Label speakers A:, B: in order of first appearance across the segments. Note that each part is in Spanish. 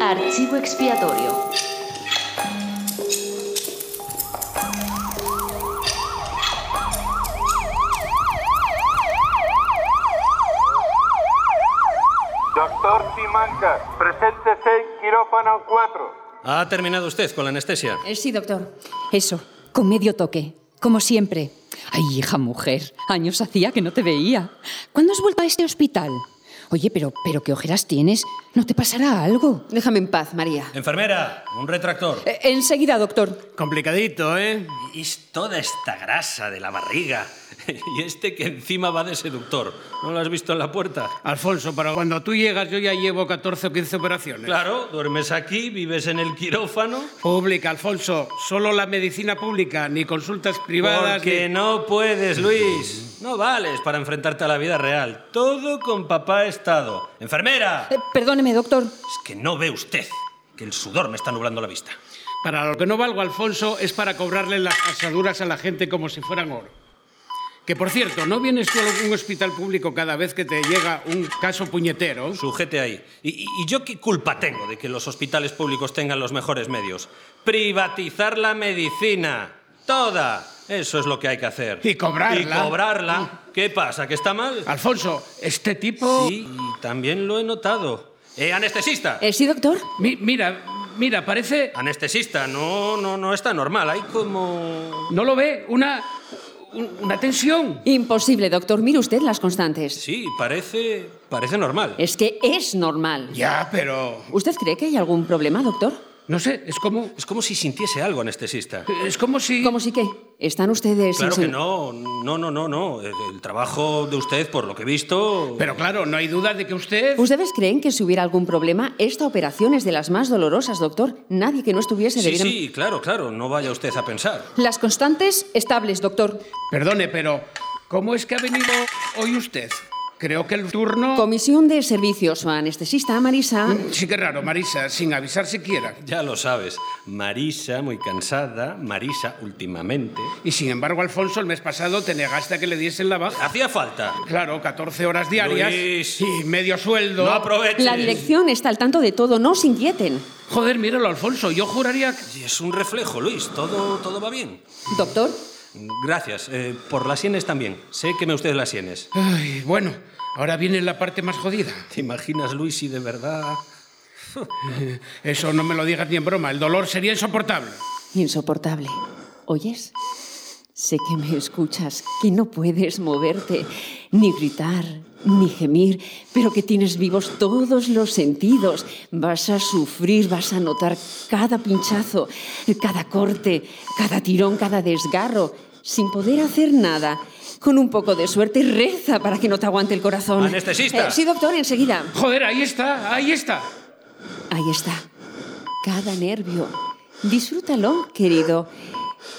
A: Archivo expiatorio.
B: Doctor Simancas, preséntese en quirófano 4.
C: ¿Ha terminado usted con la anestesia?
D: Eh, sí, doctor. Eso, con medio toque, como siempre. Ay, hija mujer, años hacía que no te veía. ¿Cuándo has vuelto a este hospital? Oye, pero, pero qué ojeras tienes. ¿No te pasará algo?
E: Déjame en paz, María.
C: Enfermera, un retractor.
D: Eh, enseguida, doctor.
F: Complicadito, ¿eh?
C: Y es toda esta grasa de la barriga. y este que encima va de seductor. ¿No lo has visto en la puerta?
F: Alfonso, para cuando tú llegas yo ya llevo 14 o 15 operaciones.
C: Claro, duermes aquí, vives en el quirófano.
F: Pública, Alfonso. Solo la medicina pública, ni consultas privadas.
C: Porque
F: ni-
C: no puedes, Luis. No vales para enfrentarte a la vida real. Todo con papá estado. ¡Enfermera!
D: Eh, perdóneme, doctor.
C: Es que no ve usted que el sudor me está nublando la vista.
F: Para lo que no valgo, Alfonso, es para cobrarle las asaduras a la gente como si fueran oro. Que por cierto, ¿no vienes tú a algún hospital público cada vez que te llega un caso puñetero?
C: Sujete ahí. ¿Y, y- y yo qué culpa tengo de que los hospitales públicos tengan los mejores medios? Privatizar la medicina. Toda. Eso es lo que hay que hacer.
F: Y cobrarla. Ah.
C: Y cobrarla. ¿Qué pasa? ¿Que está mal?
F: Alfonso, este tipo.
C: Sí, y también lo he notado. Eh, anestesista.
E: Eh, sí, doctor.
F: Mi- mira, mira, parece.
C: Anestesista, no, no, no está normal. Hay como.
F: ¿No lo ve? Una. un- Una tensión.
E: Imposible, doctor. Mire usted las constantes.
C: Sí, parece. parece normal.
E: Es que es normal.
F: Ya, pero.
E: ¿Usted cree que hay algún problema, doctor?
F: No sé, es como.
C: Es como si sintiese algo anestesista.
F: Es como si.
E: ¿Cómo sí que? ¿Están ustedes...
C: Claro
E: insen-
C: que no, no, no, no, no. El, el trabajo de usted, por lo que he visto.
F: Pero claro, no hay duda de que usted.
E: ¿Ustedes creen que si hubiera algún problema, esta operación es de las más dolorosas, doctor? Nadie que no estuviese
C: Sí,
E: debiera...
C: sí, claro, claro, no vaya usted a pensar.
D: Las constantes estables, doctor.
F: Perdone, pero. ¿Cómo es que ha venido hoy usted? Creo que el turno.
E: Comisión de Servicios, anestesista Marisa...
F: Sí, que raro, Marisa, sin avisar siquiera.
C: Ya lo sabes, Marisa, muy cansada, Marisa últimamente.
F: Y sin embargo, Alfonso, el mes pasado te negaste a que le diesen la baja.
C: Hacía falta.
F: Claro, 14 horas diarias
C: Luis.
F: y medio sueldo.
C: No aproveches.
E: La dirección está al tanto de todo, no se inquieten.
F: Joder, míralo, Alfonso, yo juraría que...
C: Y Es un reflejo, Luis, todo, todo va bien.
E: Doctor,
C: Gracias, eh, por las sienes también. Sé que me usted las sienes.
F: Ay, bueno, ahora viene la parte más jodida.
C: ¿Te imaginas, Luis, si de verdad...
F: Eso no me lo digas ni en broma, el dolor sería insoportable.
E: insoportable. ¿Oyes? Sé que me escuchas, que no puedes moverte, ni gritar, ni gemir, pero que tienes vivos todos los sentidos. Vas a sufrir, vas a notar cada pinchazo, cada corte, cada tirón, cada desgarro, sin poder hacer nada. Con un poco de suerte, reza para que no te aguante el corazón.
C: Anestesista.
E: Eh, sí, doctor, enseguida.
F: Joder, ahí está, ahí está.
E: Ahí está, cada nervio. Disfrútalo, querido.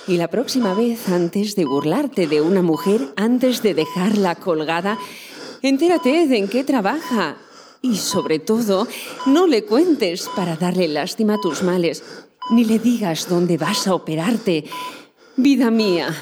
E: Y la próxima vez, antes de burlarte de una mujer, antes de dejarla colgada, entérate de en qué trabaja. Y sobre todo, no le cuentes para darle lástima a tus males, ni le digas dónde vas a operarte. Vida mía,